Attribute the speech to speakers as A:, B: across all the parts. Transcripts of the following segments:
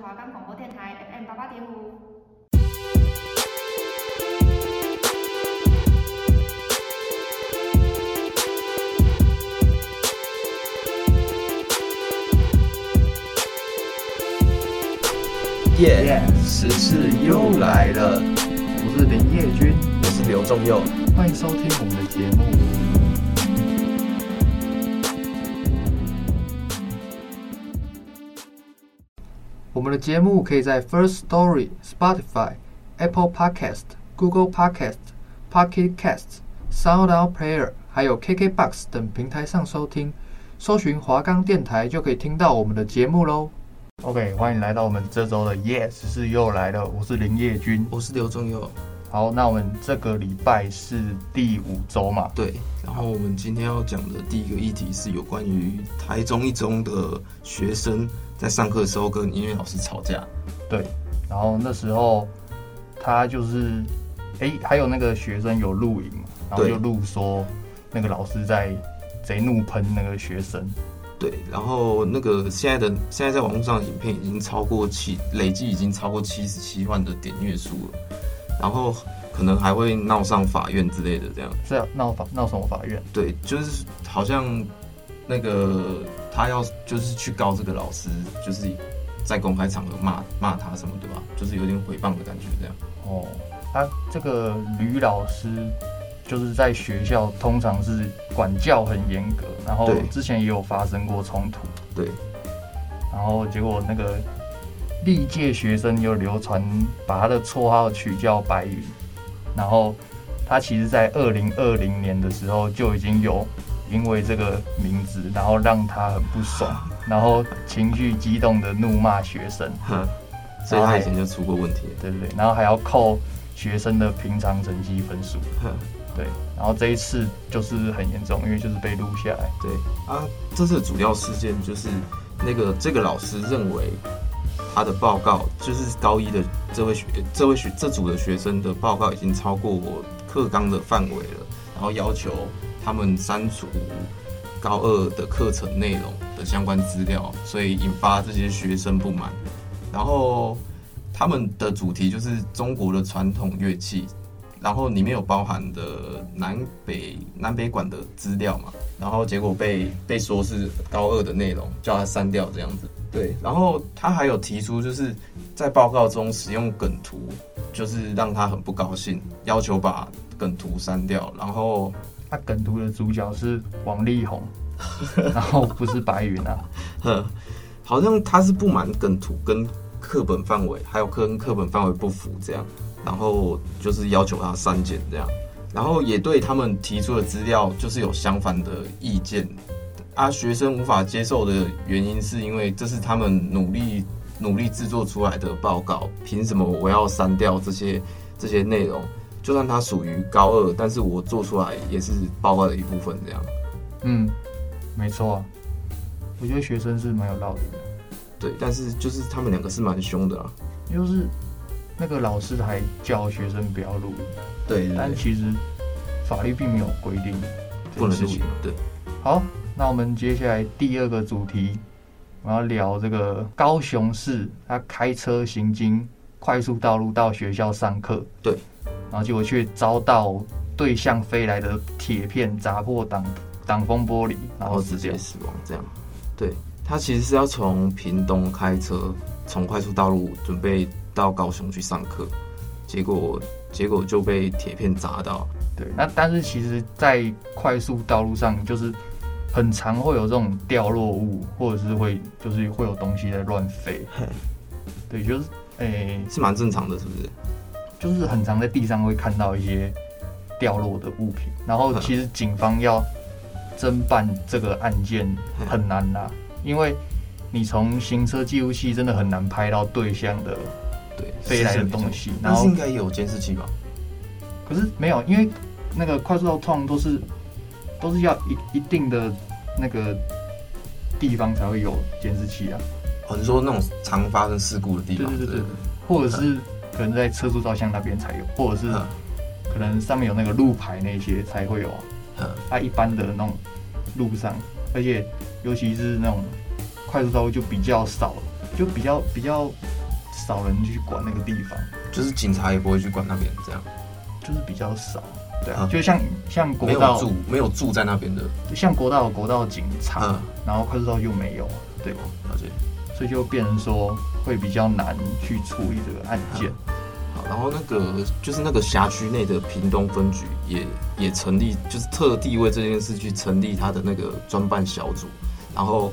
A: 华冈广播电台 FM 八八点五。
B: 耶！时事又来了，
C: 我是林叶君，
B: 我是刘仲佑。
C: 欢迎收听我们的节目。我们的节目可以在 First Story、Spotify、Apple Podcast、Google Podcast、Pocket Casts、SoundOut Player，还有 KKBox 等平台上收听。搜寻华冈电台就可以听到我们的节目喽。OK，欢迎来到我们这周的 Yes 是又来了，我是林叶君。
B: 我是刘仲佑。
C: 好，那我们这个礼拜是第五周嘛？
B: 对，然后我们今天要讲的第一个议题是有关于台中一中的学生在上课的时候跟音乐老师吵架。
C: 对，然后那时候他就是，哎、还有那个学生有录影嘛，然后
B: 对
C: 就录说那个老师在贼怒喷那个学生，
B: 对，然后那个现在的现在在网络上的影片已经超过七，累计已经超过七十七万的点阅数了，然后可能还会闹上法院之类的这样。
C: 是要闹法闹什么法院？
B: 对，就是好像那个他要就是去告这个老师，就是在公开场合骂骂他什么，对吧？就是有点诽谤的感觉这样。
C: 哦，他这个吕老师就是在学校通常是管教很严格，然后
B: 对
C: 之前也有发生过冲突，
B: 对，
C: 然后结果那个历届学生有流传把他的绰号取叫白鱼，然后他其实在二零二零年的时候就已经有因为这个名字，然后让他很不爽，然后情绪激动的怒骂学生，
B: 哼， 所以他以前就出过问题了。
C: 对不对？然后还要扣学生的平常成绩分数，
B: 哼，
C: 对，然后这一次就是很严重，因为就是被录下来，
B: 对啊，这次的主要事件就是那个这个老师认为他的报告，就是高一的这位学这位学这组的学生的报告已经超过我课纲的范围了，然后要求他们删除高二的课程内容的相关资料，所以引发这些学生不满。然后他们的主题就是中国的传统乐器，然后里面有包含的南北南北管的资料嘛，然后结果被被说是高二的内容，叫他删掉这样子。对，然后他还有提出，就是在报告中使用梗图，就是让他很不高兴，要求把梗图删掉。然后
C: 他梗图的主角是王力宏，然后不是白云啊。
B: 呵，好像他是不满梗图跟课本范围，还有跟课本范围不符这样，然后就是要求他删减这样，然后也对他们提出的资料就是有相反的意见，啊，学生无法接受的原因是因为这是他们努力努力制作出来的报告，凭什么我要删掉这些这些内容？就算它属于高二，但是我做出来也是报告的一部分这样。
C: 嗯，没错、啊，我觉得学生是蛮有道理的，
B: 对，但是就是他们两个是蛮凶的啦。
C: 就是那个老师还叫学生不要录音，
B: 对对
C: 但
B: 对。
C: 其实法律并没有规定
B: 不能
C: 事
B: 录
C: 情
B: 影。。对，
C: 好，那我们接下来第二个主题，我们要聊这个高雄市他开车行经快速道路到学校上课，
B: 对，
C: 然后结果却遭到对向飞来的铁片砸破挡挡风玻璃，然
B: 然
C: 后
B: 后
C: 死
B: 哦直
C: 掉
B: 接。死亡这样。对，他其实是要从屏东开车，从快速道路准备到高雄去上课，结果结果就被铁片砸到。
C: 对，那但是其实，在快速道路上，就是很常会有这种掉落物，或者是会就是会有东西在乱飞。对，就是诶、
B: 是蛮正常的，是不是？
C: 就是很常在地上会看到一些掉落的物品。然后
B: 嗯
C: 其实警方要侦办这个案件
B: 嗯
C: 很难啦、因为你从行车记录器真的很难拍到对向的
B: 对，
C: 飞来的
B: 是
C: 东西，然
B: 但是
C: 后
B: 应该也有监视器吧？
C: 可是没有，因为那个快速道通常都是都是要一一定的那个地方才会有监视器啊，
B: 哦，你说那种常发生事故的地方，
C: 对对对
B: 对
C: 或者是可能在车速照相那边才有，或者是
B: 对嗯
C: 可能上面有那个路牌那些才会有啊。
B: 嗯
C: 啊，一般的那种路上，而且尤其是那种快速道路就比较少，就比较比较少人去管那个地方，
B: 就是警察也不会去管那边这样，
C: 就是比较少。对啊，
B: 啊
C: 就像像国
B: 没有
C: 道，
B: 住没有住在那边的，
C: 像国道有国道警察，
B: 嗯
C: 然后快速道又没有，对，
B: 了解。
C: 所以就变成说会比较难去处理这个案件。
B: 好，然后那个就是那个辖区内的屏东分局也也成立，就是特地为这件事去成立他的那个专办小组，然后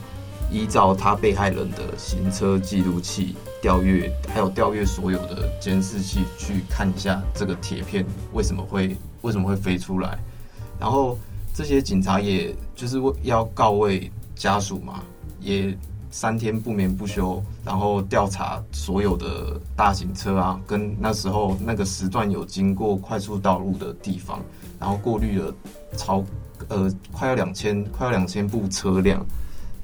B: 依照他被害人的行车记录器调阅，还有调阅所有的监视器去看一下这个铁片为什么会为什么会飞出来，然后这些警察也就是为要告慰家属嘛，也三天不眠不休，然后调查所有的大型车啊，跟那时候那个时段有经过快速道路的地方，然后过滤了超呃快要两千快要两千部车辆，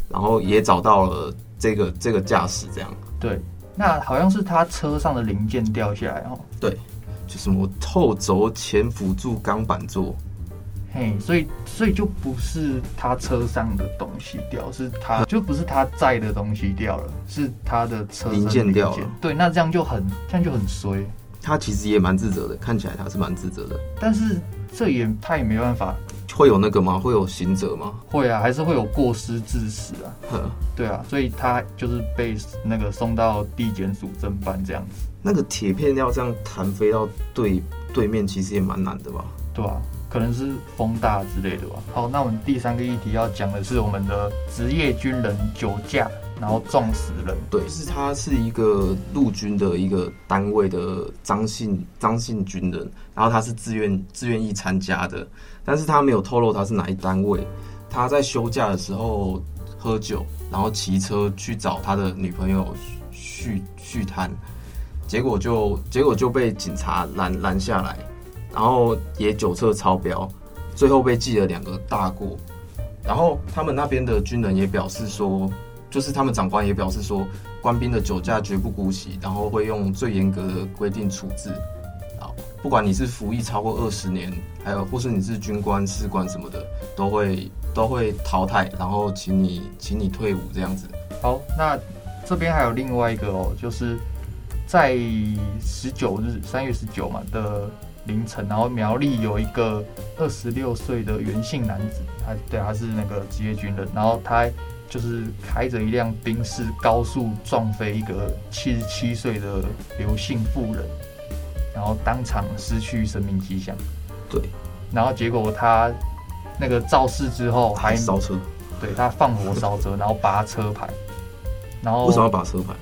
B: 然后也找到了这个这个驾驶这样。
C: 对，那好像是他车上的零件掉下来哦，
B: 对，就什么后轴前辅助钢板座，
C: 嘿，所以所以就不是他车上的东西掉，是他就不是他载的东西掉了，是他的车身
B: 零件掉了
C: 对，那这样就很这样就很衰，
B: 他其实也蛮自责的，看起来他是蛮自责的。
C: 但是这也他也没办法，
B: 会有那个吗？会有行者吗？
C: 会啊，还是会有过失致死啊，
B: 呵
C: 对啊，所以他就是被那个送到地检署侦办这样子，
B: 那个铁片要这样弹飞到对对面，其实也蛮难的吧？
C: 对啊，可能是风大之类的吧。好，那我们第三个议题要讲的是我们的职业军人酒驾，然后撞死人。
B: 对，就是他是一个陆军的一个单位的张姓张姓军人，然后他是自愿自愿意参加的，但是他没有透露他是哪一单位。他在休假的时候喝酒，然后骑车去找他的女朋友续续谈，结果就结果就被警察拦拦下来，然后也酒测超标，最后被记了两个大过。然后他们那边的军人也表示说，就是他们长官也表示说，官兵的酒驾绝不姑息，然后会用最严格的规定处置。好，不管你是服役超过二十年，还有或是你是军官、士官什么的，都会都会淘汰，然后请你请你退伍这样子。
C: 好，那这边还有另外一个哦，就是在十九日，三月十九嘛的凌晨，然后苗栗有一个二十六岁的袁姓男子，他对他是那个职业军人，然后他就是开着一辆宾士高速撞飞一个七十七岁的刘姓妇人，然后当场失去生命迹象，
B: 对，
C: 然后结果他那个肇事之后还
B: 烧车，
C: 对他放火烧车，然后拔车牌，然后
B: 为什么要把车牌？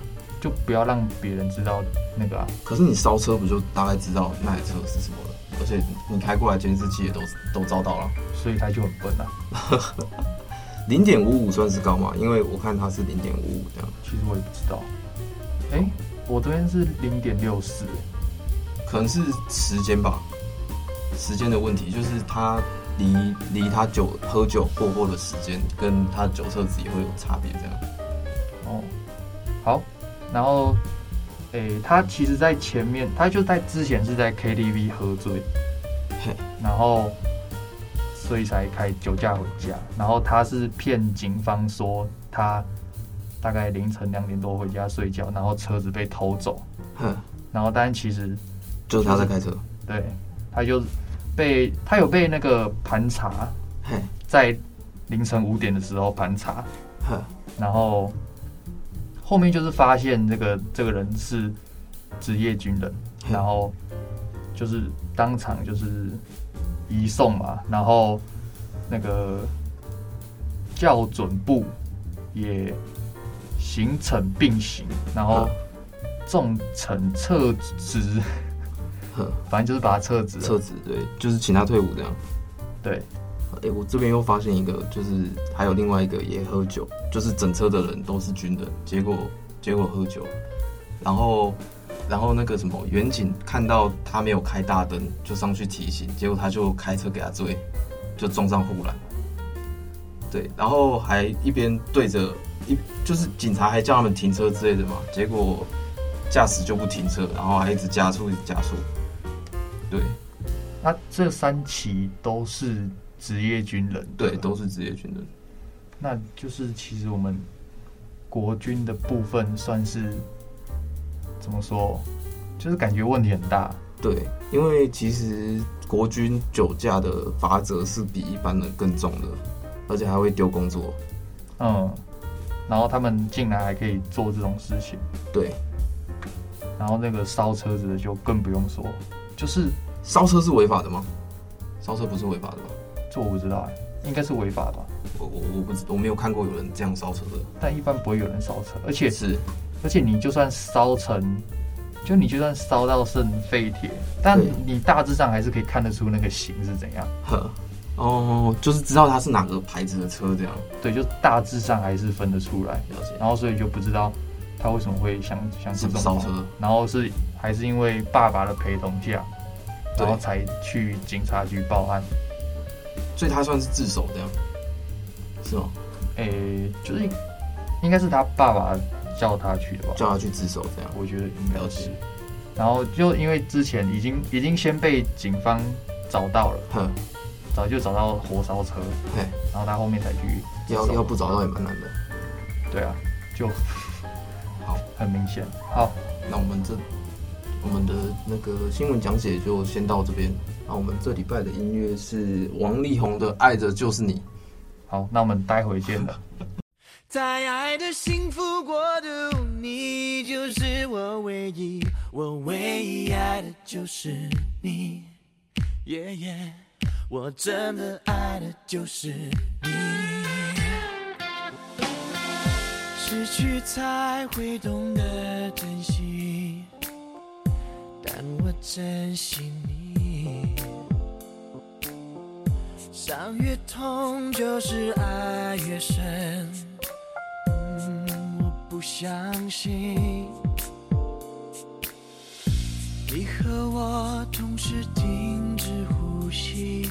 C: 就不要让别人知道那个啊？
B: 可是你烧车不就大概知道那台车是什么了？而且你开过来监视器也都都照到了，
C: 所以他就很笨啊。
B: 零点五五算是高吗？因为我看它是零点五五这样。
C: 其实我也不知道。哎、我这边是零点六四，
B: 可能是时间吧，时间的问题，就是他离离他酒喝酒过后的时间，跟他酒测值也会有差别，这样。
C: 哦，好，然后，哎、他其实在前面，他就在之前是在 KTV 喝醉
B: 嘿，
C: 然后，所以才开酒驾回家，然后他是骗警方说他大概凌晨两点多回家睡觉，然后车子被偷走，
B: 哼，
C: 然后但其实
B: 就是他在开车。
C: 对，他就被他有被那个盘查，
B: 嘿，
C: 在凌晨五点的时候盘查，
B: 哼，
C: 然后后面就是发现这个这个人是职业军人，
B: 嘿
C: 然后就是当场就是移送嘛，然后那个校呃准部也刑惩并行，然后
B: 嗯
C: 重惩撤职，
B: 哼，
C: 反正就是把他撤职了，
B: 测值对，就是请他退伍这样。
C: 对。
B: 诶，我这边又发现一个，就是还有另外一个也喝酒，就是整车的人都是军人，结果结果喝酒，然后然后那个什么远景看到他没有开大灯，就上去提醒，结果他就开车给他追，就撞上护栏，对，然后还一边对着一就是警察还叫他们停车之类的嘛，结果驾驶就不停车，然后还一直加速一直加速，对
C: 那这三期都是职业军人，
B: 对，
C: 吧
B: 都是职业军人。
C: 那就是其实我们国军的部分算是怎么说，就是感觉问题很大。
B: 对，因为其实国军酒驾的罚则是比一般人更重的，而且还会丢工作。
C: 嗯，然后他们竟然还可以做这种事情，
B: 对，
C: 然后那个烧车子的就更不用说，就是
B: 烧车是违法的吗？烧车不是违法的吧？
C: 这我不知道、欸，应该是违法吧？
B: 我我我不知我没有看过有人这样烧车的。
C: 但一般不会有人烧车，而且
B: 是，
C: 而且你就算烧成，就你就算烧到剩废铁，但
B: 对
C: 你大致上还是可以看得出那个形是怎样，
B: 呵，哦，就是知道它是哪个牌子的车这样。
C: 对，就大致上还是分得出来。
B: 了解。
C: 然后所以就不知道他为什么会想想出
B: 是
C: 这种
B: 烧
C: 毛病
B: 车，
C: 然后是还是因为爸爸的陪同下，然后
B: 对
C: 才去警察局报案。
B: 所以他算是自首这样，是吗？
C: 诶、就是应该是他爸爸叫他去的吧？
B: 叫他去自首这样。
C: 我觉得应该
B: 了
C: 是
B: 解。
C: 然后就因为之前已经已经先被警方找到了，
B: 呵，
C: 早就找到火烧车，
B: 嘿，
C: 然后他后面才去自
B: 要
C: 首
B: 要不找到也蛮难的。
C: 对啊，就
B: 好
C: 很明显。好，
B: 那我们这我们的那个新闻讲解就先到这边。那我们这礼拜的音乐是王力宏的《爱着就是你》。
C: 好，那我们待会见了。
D: 在爱的幸福国度，你就是我唯一，我唯一爱的就是你，耶耶，我真的爱的就是你。失去才会懂得珍惜，但我珍惜你。伤越痛，就是爱越深。嗯，我不相信你和我同时停止呼吸，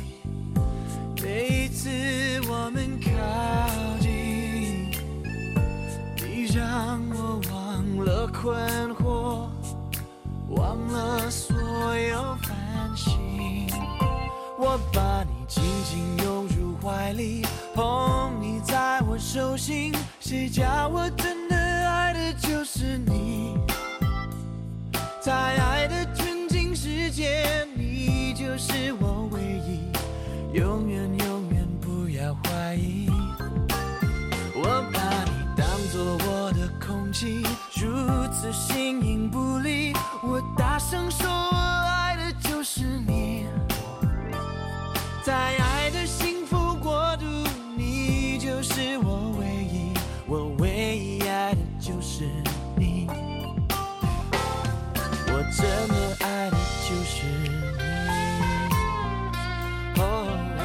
D: 每一次我们靠近，你让我忘了困惑，忘了所有烦心。我把你紧紧拥入怀里，捧你在我手心，谁叫我真的爱的就是你，在爱的纯净世界，你就是我唯一，永远永远不要怀疑。我把你当作我的空气，如此形影不离。我大声说，我爱的就是你。在爱的幸福国度，你就是我唯一，我唯一爱的就是你，我真的爱的就是你。哦哦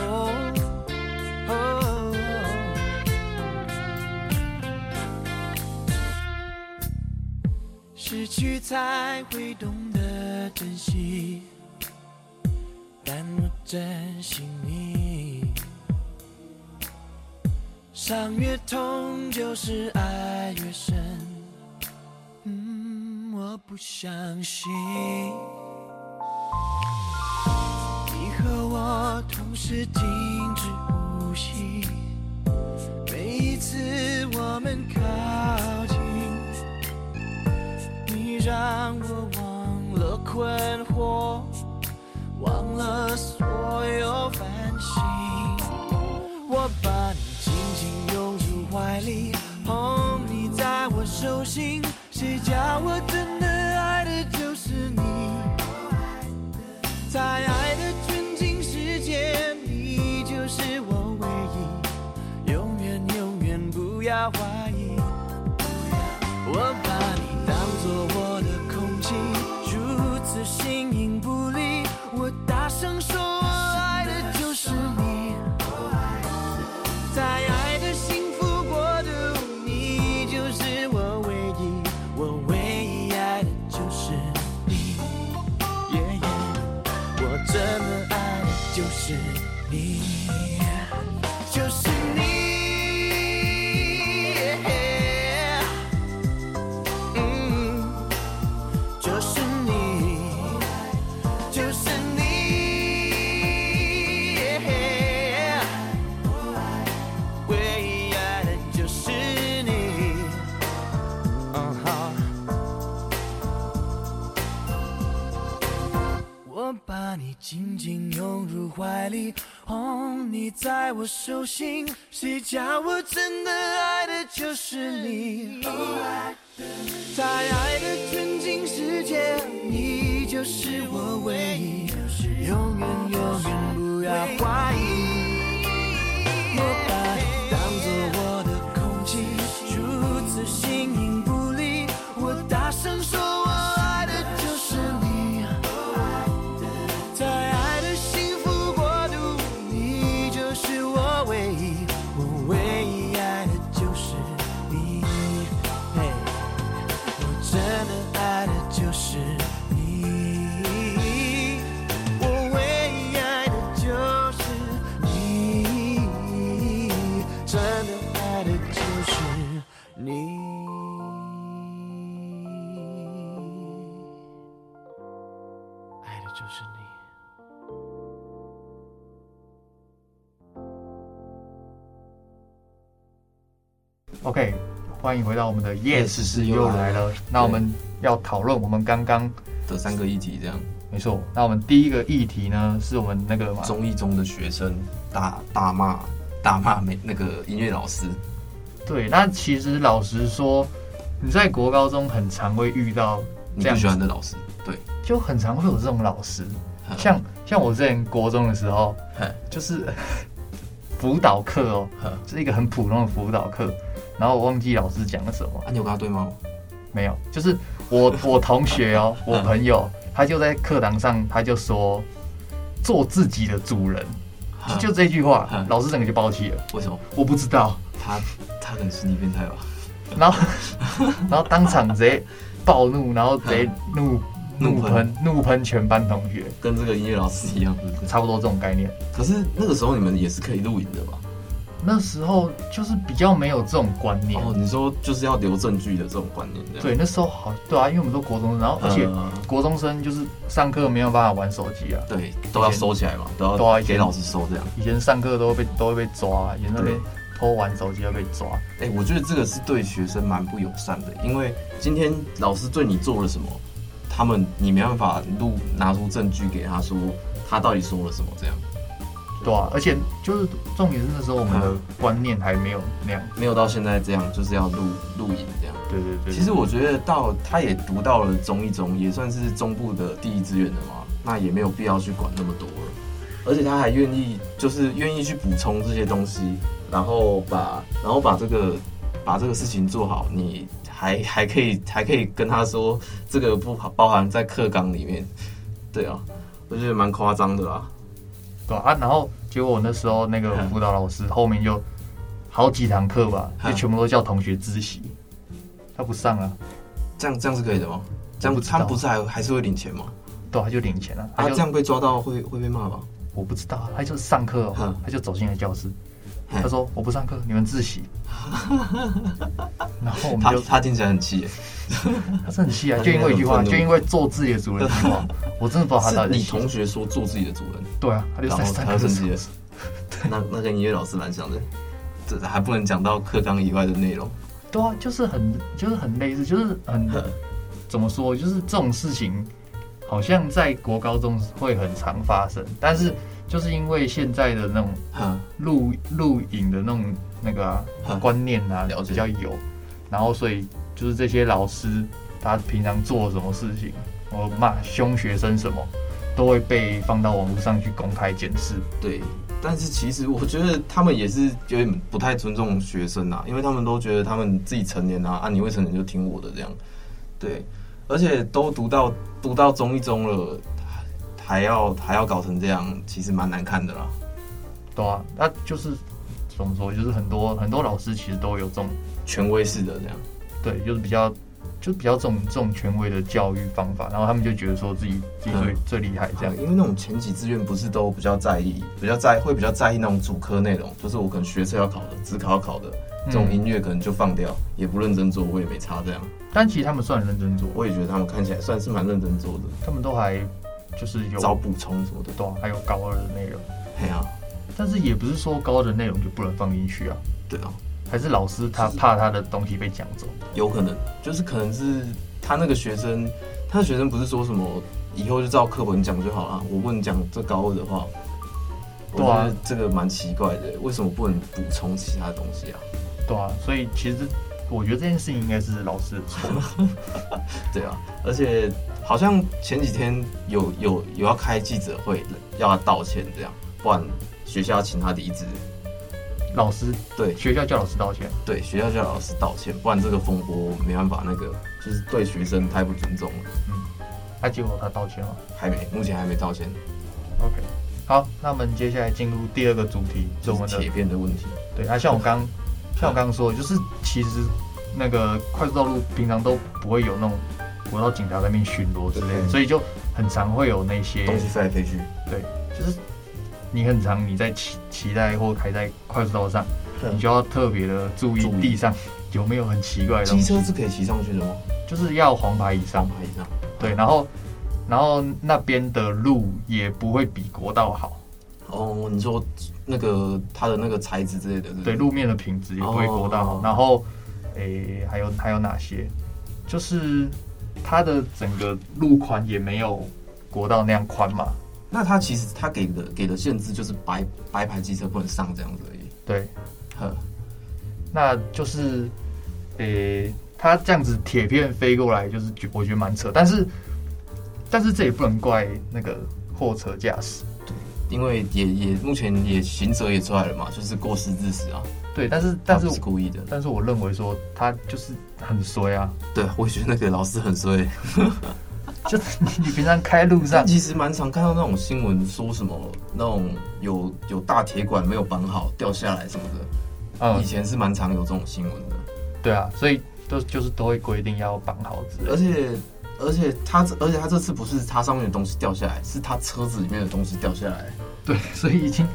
D: 哦失去才会懂得珍惜。但我珍惜你。伤越痛，就是爱越深。嗯，我不相信你和我同时停止呼吸，每一次我们靠近，你让我忘了困惑。忘了所有烦心。我把你紧紧拥入怀里，捧你在我手心，谁叫我真的爱的就是你，在爱的纯净世界，你就是我唯一，永远永远不要怀疑。我把你当作我的空气，如此形影不离。我大声说，我爱的就是你，在爱的幸福国度，你就是我唯一，我唯一爱的就是你。耶耶，我真的爱的就是你。就是你。怀里，哦，你在我手心，谁叫我真的爱的就是你？在爱的纯净世界，你就是我唯一，永远永远不要怀疑。我把你当作我的空气，如此形影不离。我大声说，我爱的就是你，在爱的幸福国度，你就是我唯一，我唯一爱的就是你。嘿我真的爱的就是你，我唯一爱的就是你，真的爱的就是你。爱的就是你。
C: OK，欢迎回到我们的夜
B: Yes，
C: 市
B: 是又
C: 又
B: 来
C: 来
B: 了
C: 了。那我们要讨论我们刚刚
B: 的三个议题这样。
C: 没错，那我们第一个议题呢，是我们那个嘛，
B: 综艺中的学生大大骂大骂美那个音乐老师，
C: 对，那其实老实说，你在国高中很常会遇到
B: 你不
C: 这样
B: 喜欢
C: 子，
B: 的老师，对，
C: 就很常会有这种老师，
B: 嗯
C: 像像我之前国中的时候
B: 嗯，
C: 就是 辅导课哦
B: 嗯，
C: 是一个很普通的辅导课，然后我忘记老师讲了什么，
B: 啊，你有跟他对吗？
C: 没有，就是我 我同学哦，我
B: 嗯
C: 朋友，他就在课堂上他就说做自己的主人，
B: 啊
C: 就这句话
B: 嗯，
C: 老师整个就爆气了，
B: 为什么
C: 我不知道。
B: 他他可能是你变态吧？
C: 然后 然后当场直接暴怒，然后直接怒
B: 嗯怒
C: 怒
B: 喷
C: 喷怒喷全班同学，
B: 跟这个音乐老师一样，是不是？
C: 差不多这种概念。
B: 可是那个时候你们也是可以录影的吧？
C: 那时候就是比较没有这种观念，
B: 哦，你说就是要留证据的这种观念，这样
C: 对，，那时候好对啊，因为我们都国中生，然后而且
B: 呃
C: 国中生就是上课没有办法玩手机啊，
B: 对都要收起来嘛，都
C: 都要
B: 要
C: 一
B: 给
C: 些
B: 老师收这样。
C: 以前上课都会被都会被抓、啊，以前那边
B: 对
C: 偷玩手机要被抓，
B: 哎、我觉得这个是对学生蛮不友善的，因为今天老师对你做了什么，他们你没办法录拿出证据给他说他到底说了什么这样。
C: 对啊，而且就是重点是那时候我们的
B: 嗯
C: 观念还没有那样，
B: 没有到现在这样，就是要录录影这样。
C: 对对对，
B: 其实我觉得到他也读到了中一中，也算是中部的第一志愿了嘛，那也没有必要去管那么多了。而且他还愿意，就是愿意去补充这些东西，然后把然后把这个把这个事情做好，你还还可以还可以跟他说这个不包含在课纲里面，对啊，我觉得蛮夸张的啦。
C: 对啊，啊然后结果我那时候那个
B: 嗯
C: 辅导老师后面就好几堂课吧，
B: 嗯
C: 就全部都叫同学自习，他不上啊了，
B: 这样这样是可以的吗？这样
C: 我不知道
B: 他们不是还还是会领钱吗？
C: 对啊，他就领钱了，
B: 啊，
C: 他
B: 这
C: 就、
B: 样被抓到会会被骂吧？
C: 我不知道啊，他就上课、哦，
B: 嗯
C: 他就走进了教室，
B: 嗯
C: 他说我不上课，你们 自习，然后我们
B: 他
C: 就
B: 他听起来很气耶。
C: 他是很气啊，
B: 他
C: 就因为一句话，
B: 真的很愤怒
C: 就因为做自己的主人这句 话，我真的不知道他到
B: 是
C: 底在
B: 你
C: 气什么
B: 同学说做自己的主人，
C: 对啊，他就
B: 然
C: 在
B: 后
C: 上
B: 他
C: 课
B: 就生
C: 的时候
B: 气了。 那那跟音乐老师蛮像的，这还不能讲到课纲以外的内容。
C: 对啊，就是很就是很类似，就是很
B: 嗯
C: 怎么说，就是这种事情好像在国高中会很常发生，但是就是因为现在的那种
B: 哼，
C: 录录影的那种那个、啊
B: 嗯、
C: 观念啊，
B: 了解
C: 比较有，然后所以就是这些老师他平常做什么事情，我骂凶学生什么，都会被放到网络上去公开检视。
B: 对。但是其实我觉得他们也是有点不太尊重学生啊，因为他们都觉得他们自己成年啊，啊你未成年就听我的这样，对，而且都读到读到中一中了，还还要还要搞成这样，其实蛮难看的啦。
C: 对啊，那就是怎么说，就是很多很多老师其实都有这种。
B: 权威式的这样，
C: 对，就是比较就比较这种这种权威的教育方法，然后他们就觉得说自己自己最、
B: 嗯
C: 最厉害这
B: 这
C: 样
B: 样，。因为那种前几志愿不是都比较在意，比较在会比较在意那种主科内容，就是我可能学测要考的、职考要考的，这
C: 嗯
B: 种音乐可能就放掉，也不认真做，我也没差这样。
C: 但其实他们算很认真做，
B: 我也觉得他们看起来算是蛮认真做的，
C: 他们都还就是有
B: 找补充什么的。
C: 对啊、还有高二的内容，
B: 嘿啊，
C: 但是也不是说高二的内容就不能放进去啊，
B: 对啊，
C: 还是老师他
B: 就是
C: 怕他的东西被抢走。
B: 有可能就是可能是他那个学生，啊他的学生不是说什么以后就照课本讲就好了，我不能讲这高二的话，我
C: 对
B: 觉
C: 啊
B: 得这个蛮奇怪的，为什么不能补充其他东西啊？
C: 对啊，所以其实我觉得这件事情应该是老师的错。
B: 对啊，而且好像前几天有有有要开记者会，要他道歉这样，不然学校要请他离职。
C: 老师
B: 对
C: 学校叫老师道歉，
B: 对，学校叫老师道歉，不然这个风波没办法，那个就是对学生太不尊重了。
C: 那、啊结果他道歉了。
B: 还没，目前还没道歉，
C: OK，好，那我们接下来进入第二个主题，是
B: 就
C: 我
B: 是
C: 们的
B: 铁片的问题。
C: 对，啊，像我刚像我刚刚说的，就是其实那个快速道路平常都不会有那种国道警察在那边巡逻之类的，
B: 对
C: 所以就很常会有那些
B: 东西飞来飞去，
C: 就是你很常你在骑骑在或开在快速道路上，
B: 对
C: 你就要特别的注意
B: 注意
C: 地上有没有很奇怪的东
B: 机
C: 西，
B: 车是可以骑上去的吗？
C: 就是要黄牌以
B: 上
C: 上。
B: 牌以上，
C: 对，然后然后那边的路也不会比国道好，
B: 哦，你说那个它的那个材质之类的，是不是
C: 对，路面的品质也不会国道好。
B: 嗯哦
C: 然后诶、还有还有哪些？就是它的整个路宽也没有国道那样宽嘛。
B: 那它其实它给的给的限制就是白白牌机车不能上这样子而已。
C: 对，
B: 呵，
C: 那就是诶、它这样子铁片飞过来，就是觉我觉得蛮扯，但是但是这也不能怪那个货车驾驶。
B: 因为也也目前也行者也出来了嘛，就是过失致死啊，
C: 对，但是
B: 他
C: 但是
B: 不是故意的。
C: 但是我认为说他就是很衰啊，
B: 对，我也觉得那个老师很衰。 啊
C: 就是 你平常开路上
B: 但，其实蛮常看到那种新闻，说什么那种有有大铁管没有绑好掉下来什么的，
C: 嗯
B: 以，前是蛮常有这种新闻的。
C: 对啊，所以都就是都会规定要绑好之类
B: 而。且而且他这而且他这次不是他上面的东西掉下来，是他车子里面的东西掉下来，
C: 对， 所以已经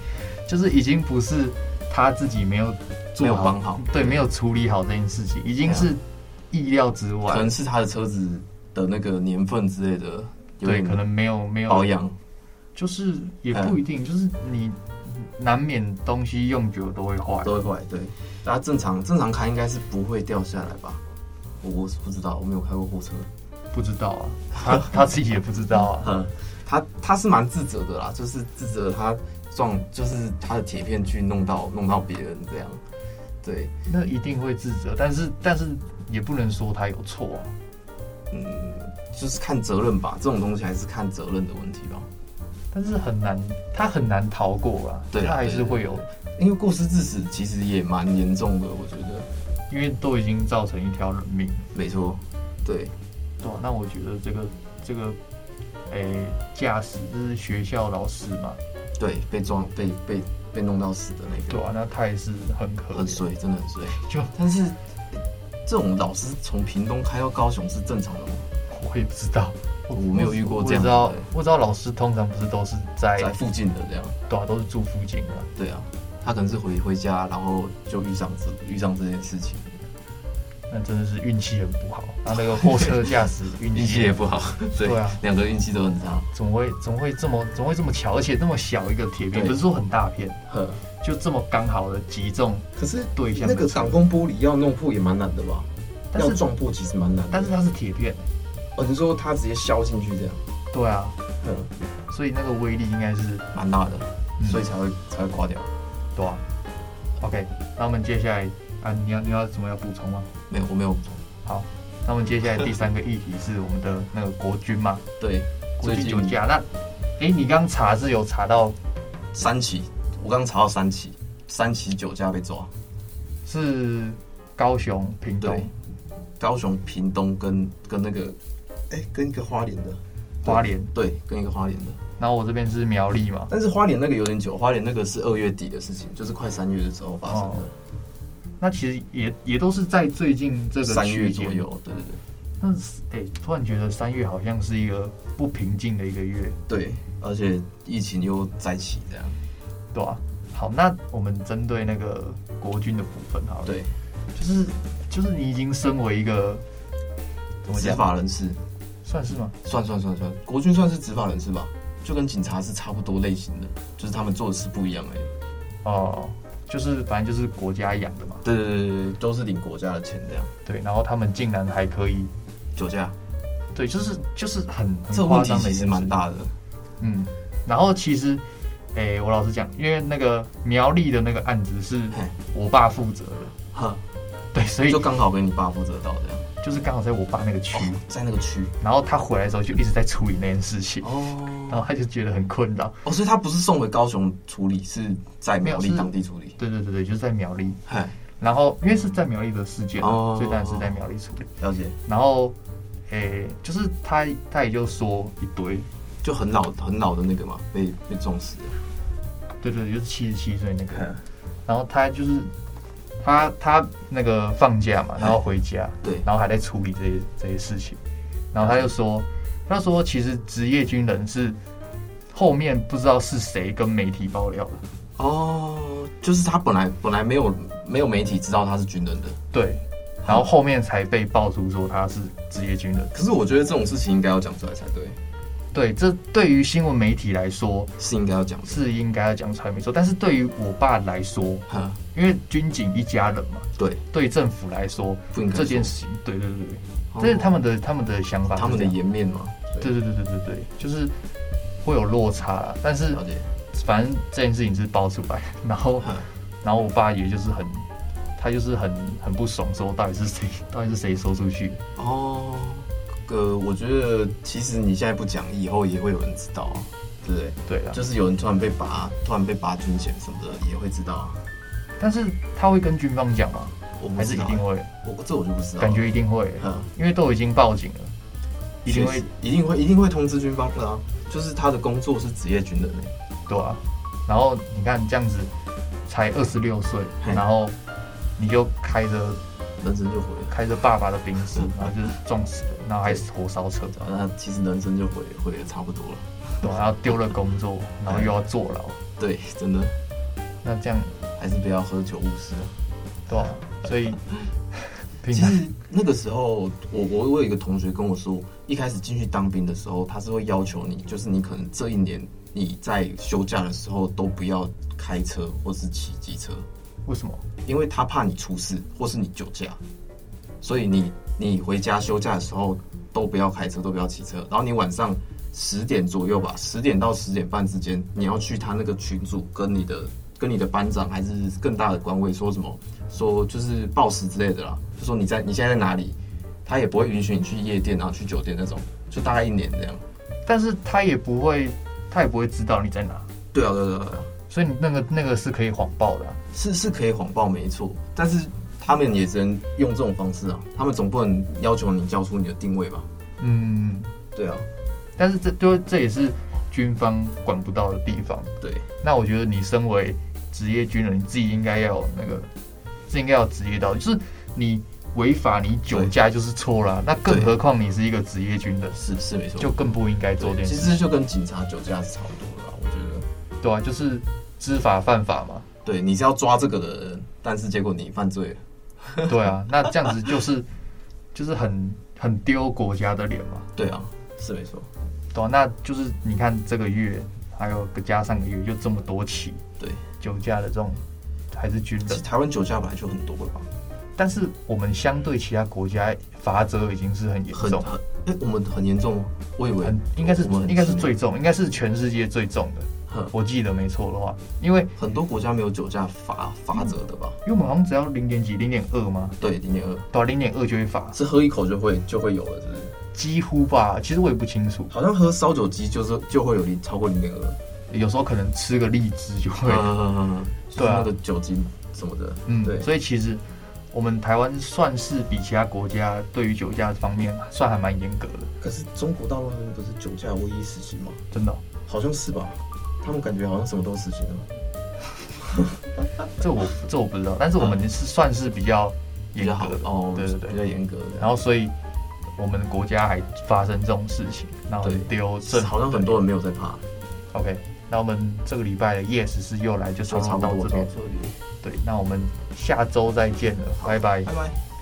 C: 就是已经不是他自己没有
B: 没
C: 做
B: 有
C: 好，
B: 绑好，
C: 对，没有处理好这件事情，已经
B: 对啊
C: 是意料之
B: 可
C: 外
B: 能。是他的车子的那个年份之类的，有
C: 对，
B: 点
C: 可能没有没有
B: 保养。
C: 就是也不一定，
B: 嗯
C: 就是你难免东西用久了都会坏。
B: 都会坏。对，大家正常正常开应该是不会掉下来吧？我我是不知道，我没有开过货车。
C: 不知道啊， 他他自己也不知道啊。
B: 嗯，他他是蛮自责的啦，就是自责他撞，就是他的铁片去弄到弄到别人这样。对，
C: 那一定会自责，但是但是也不能说他有错啊。
B: 嗯，就是看责任吧，这种东西还是看责任的问题吧。
C: 但是很难，他很难逃过啊。
B: 对啊
C: 他还是会有，
B: 因为过失致死其实也蛮严重的，我觉得。
C: 因为都已经造成一条人命。
B: 没错，对，
C: 对啊、那我觉得这个这个，诶、驾驶就是学校老师嘛，
B: 对，被撞被被被弄到死的那个。
C: 对啊，那他也是很可
B: 很
C: 怜。
B: 衰，真的很衰。
C: 就
B: 但是这种老师从屏东开到高雄是正常的吗？
C: 我也不知道，
B: 我没有遇过这样子
C: 我知道
B: 的，
C: 我知道老师通常不是都是在
B: 在附近的这样，
C: 对啊，都是住附近的啊。
B: 对啊，他可能是回回家，然后就遇上这遇上这件事情，
C: 那真的是运气很不好。 他那个货车驾驶运
B: 运气也 不好，对
C: 对啊，
B: 两个运气都很差。
C: 怎么会怎么会这么怎么会这么巧，而且那么小一个铁片，
B: 对
C: 不是说很大片，
B: 呵，
C: 就这么刚好的击中。
B: 可是
C: 对象
B: 那个挡风玻璃要弄破也蛮难的吧？
C: 但
B: 要
C: 是
B: 撞破其实蛮难的。
C: 但是它是铁片，
B: 哦，你说他直接削进去这样，
C: 对啊，
B: 嗯，
C: 所以那个威力应该是
B: 蛮大的，
C: 嗯
B: 所以才会才会垮掉。
C: 对啊。OK，那我们接下来啊，你要你要怎么要补充吗？
B: 没有，我没有。
C: 那我们接下来第三个议题是我们的那个国军嘛，
B: 对，
C: 国
B: 最
C: 军
B: 近
C: 酒驾。那诶，你刚查是有查到
B: 三起，我刚查到三起，三起酒驾被抓。
C: 是高雄、屏
B: 对
C: 东、
B: 高雄、屏东跟跟那个，哎、跟一个花莲的，
C: 花莲，
B: 对，跟一个花莲的。
C: 然后我这边是苗栗嘛，
B: 但是花莲那个有点久，花莲那个是二月底的事情，就是快三月的时候发生
C: 哦
B: 的，
C: 那其实也也都是在最近这个
B: 三、
C: 区
B: 月
C: 间
B: 左。右。对
C: 但是哎、突然觉得三月好像是一个不平静的一个月，
B: 对对，对，而且疫情又再起这样。
C: 对吧、好，那我们针对那个国军的部分好了，，
B: 对，
C: 就是就是你已经身为一个怎么
B: 执
C: 讲，
B: 法人士，
C: 算是吗？
B: 算算算算，国军算是执法人士吧，就跟警察是差不多类型的，就是他们做的事不一样而已。
C: 哦、就是反正就是国家养的嘛，
B: 对对对对对，都是领国家的钱这样。
C: 对，然后他们竟然还可以，
B: 酒驾，
C: 对，就是就是很
B: 这个
C: 很
B: 问
C: 夸
B: 题
C: 张的
B: 其
C: 一件
B: 实
C: 事
B: 蛮大的。
C: 嗯，然后其实诶、我老实讲，因为那个苗栗的那个案子是
B: 嘿
C: 我爸负责的，
B: 呵，
C: 对，所以
B: 就刚好跟你爸负责到这样，哦
C: 就是刚好在我爸那个区，
B: 在那个区
C: 然后他回来的时候就一直在处理那件事情，然
B: 哦
C: 后他就觉得很困扰。
B: 哦，所以他不是送回高雄处理，是在苗
C: 没有
B: 栗
C: 是
B: 当地处理，
C: 对对对对，就是在苗栗，
B: 嗨，
C: 然后因为是在苗栗的事件啊，
B: 哦
C: 所以当然是在苗栗处理。
B: 了解，
C: 然后，诶、就是他他也就说一堆，
B: 就很老很老的那个嘛，被被撞死的，
C: 对对，就是七十七岁那个。
B: 嗯
C: 然后他就是他他那个放假嘛，然后回家，
B: 嗯对
C: 然后还在处理这些这些事情，然后他就说，他说其实职业军人是后面不知道是谁跟媒体爆料的，
B: 哦，就是他本来本来没有没有媒体知道他是军人的，
C: 对，然后后面才被爆出说他是职业军人，
B: 可是我觉得这种事情应该要讲出来才对，
C: 对，这对于新闻媒体来说
B: 是应该要讲的，
C: 是应该要讲出来没错，但是对于我爸来说，
B: 哈，
C: 因为军警一家人嘛，
B: 对，
C: 对政府来说
B: 不应该
C: 这件
B: 说，
C: 事情，对对对对，这是他们的他们的想
B: 哦
C: 法是这样，
B: 他们的颜面嘛，
C: 对对对对对对，就是会有落差啦。但是
B: 了解，
C: 反正这件事情是爆出来， 然后
B: 嗯
C: 然后我爸也就是很，他就是很很不爽，说到底是谁，到底是谁说出去？
B: 哦，呃，我觉得其实你现在不讲，以后也会有人知道啊，对不对？
C: 对啊，
B: 就是有人突然被拔，突然被拔军衔什么的，也会知道啊。
C: 但是他会跟军方讲吗？
B: 我不
C: 还是
B: 知
C: 一
B: 道啊
C: 定会？
B: 我这我就不知道了，
C: 感觉一定会，
B: 嗯，
C: 因为都已经报警了，一定
B: 确
C: 会
B: 实一定会一定会通知军方的啊。就是他的工作是职业军人欸
C: 对啊。然后你看这样子，才二十六岁，
B: 嘿
C: 然后你就开着
B: 人生就毁了。
C: 开着爸爸的宾士，然后就是撞死了，然后还火烧车，
B: 对啊那其实人生就毁毁的差不多了。
C: 对啊，然后丢了工作，然后又要坐牢，
B: 对，真的
C: 那这样
B: 还是不要喝酒误事啊。
C: 对啊，所以 平
B: 其
C: 常
B: 实那个时候，我我我有一个同学跟我说，一开始进去当兵的时候，他是会要求你，就是你可能这一年你在休假的时候都不要开车或是骑机车，
C: 为什么？
B: 因为他怕你出事或是你酒驾，所以你你回家休假的时候都不要开车，都不要骑车。然后你晚上十点左右吧，十点到十点半之间，你要去他那个群组跟你的跟你的班长还是更大的官位说什么，说就是报时之类的啦，就说你在你现在在哪里，他也不会允许你去夜店啊、去酒店那种，就大概一年这样。
C: 但是他也不会，他也不会知道你在哪，
B: 对啊，对啊对啊对啊。
C: 所以你那个那个是可以谎报的啊、
B: 是是可以谎报没错，但是他们也只能用这种方式啊，他们总不能要求你交出你的定位吧？
C: 嗯，
B: 对啊，
C: 但是这就这也是军方管不到的地方。
B: 对，
C: 那我觉得你身为职业军人，你自己应该要有那个，自己应该要职业道德，就是你违法你酒驾就是错啦，那更
B: 对
C: 何况你是一个职业军人，
B: 是是没错，
C: 就更不应该做这
B: 对其
C: 件
B: 实
C: 事情，
B: 就跟警察酒驾是差不多的啦，我觉得。
C: 对啊，就是知法犯法 嘛。
B: 对，你是要抓这个的人，但是结果你犯罪了，
C: 对啊，那这样子就是就是很很丢国家的脸嘛，
B: 对啊，是没错，
C: 对啊，那就是你看这个月还有个加上个月就这么多起
B: 对。
C: 酒驾的这种还是军
B: 其
C: 人
B: 实，台湾酒驾本来就很多了吧，
C: 但是我们相对其他国家罚则已经是很严
B: 很
C: 重，
B: 很，哎、我们很严重吗？我以为
C: 很应该是
B: 我们很
C: 应该是
B: 轻
C: 最重，应该是全世界最重的，
B: 很
C: 我记得没错的话，因为
B: 很多国家没有酒驾罚罚则的吧？
C: 因为我们好像只要零点几零点二嘛，
B: 对，零点二
C: 对啊，零点二就会罚，
B: 是喝一口就会就会有了，是不是？
C: 几乎吧，其实我也不清楚，
B: 好像喝烧酒鸡就是就会有零超过零点二，
C: 有时候可能吃个荔枝就会。
B: 嗯，就是
C: 对啊
B: 那个酒精什么的，
C: 嗯，
B: 对，
C: 所以其实我们台湾算是比其他国家对于酒驾方面算还蛮严格的，
B: 可是中国大陆那边不是酒驾唯一实行吗？
C: 真的哦、
B: 好像是吧？他们感觉好像什么都实行了，
C: 这我这我不知道，但是我们是算是比较严格的
B: 哦，
C: 对对
B: 比
C: 对。
B: 较严格的。
C: 然后所以我们国家还发生这种事情，然后
B: 对
C: 丢政府
B: 好像很多人没有在
C: 哦
B: 怕，
C: 对 OK。那我们这个礼拜的夜十四又来就差
B: 就差
C: 不
B: 不
C: 多到
B: 多到
C: 这边，
B: 这里，
C: 对，那我们下周再见了，拜拜
B: 拜。拜。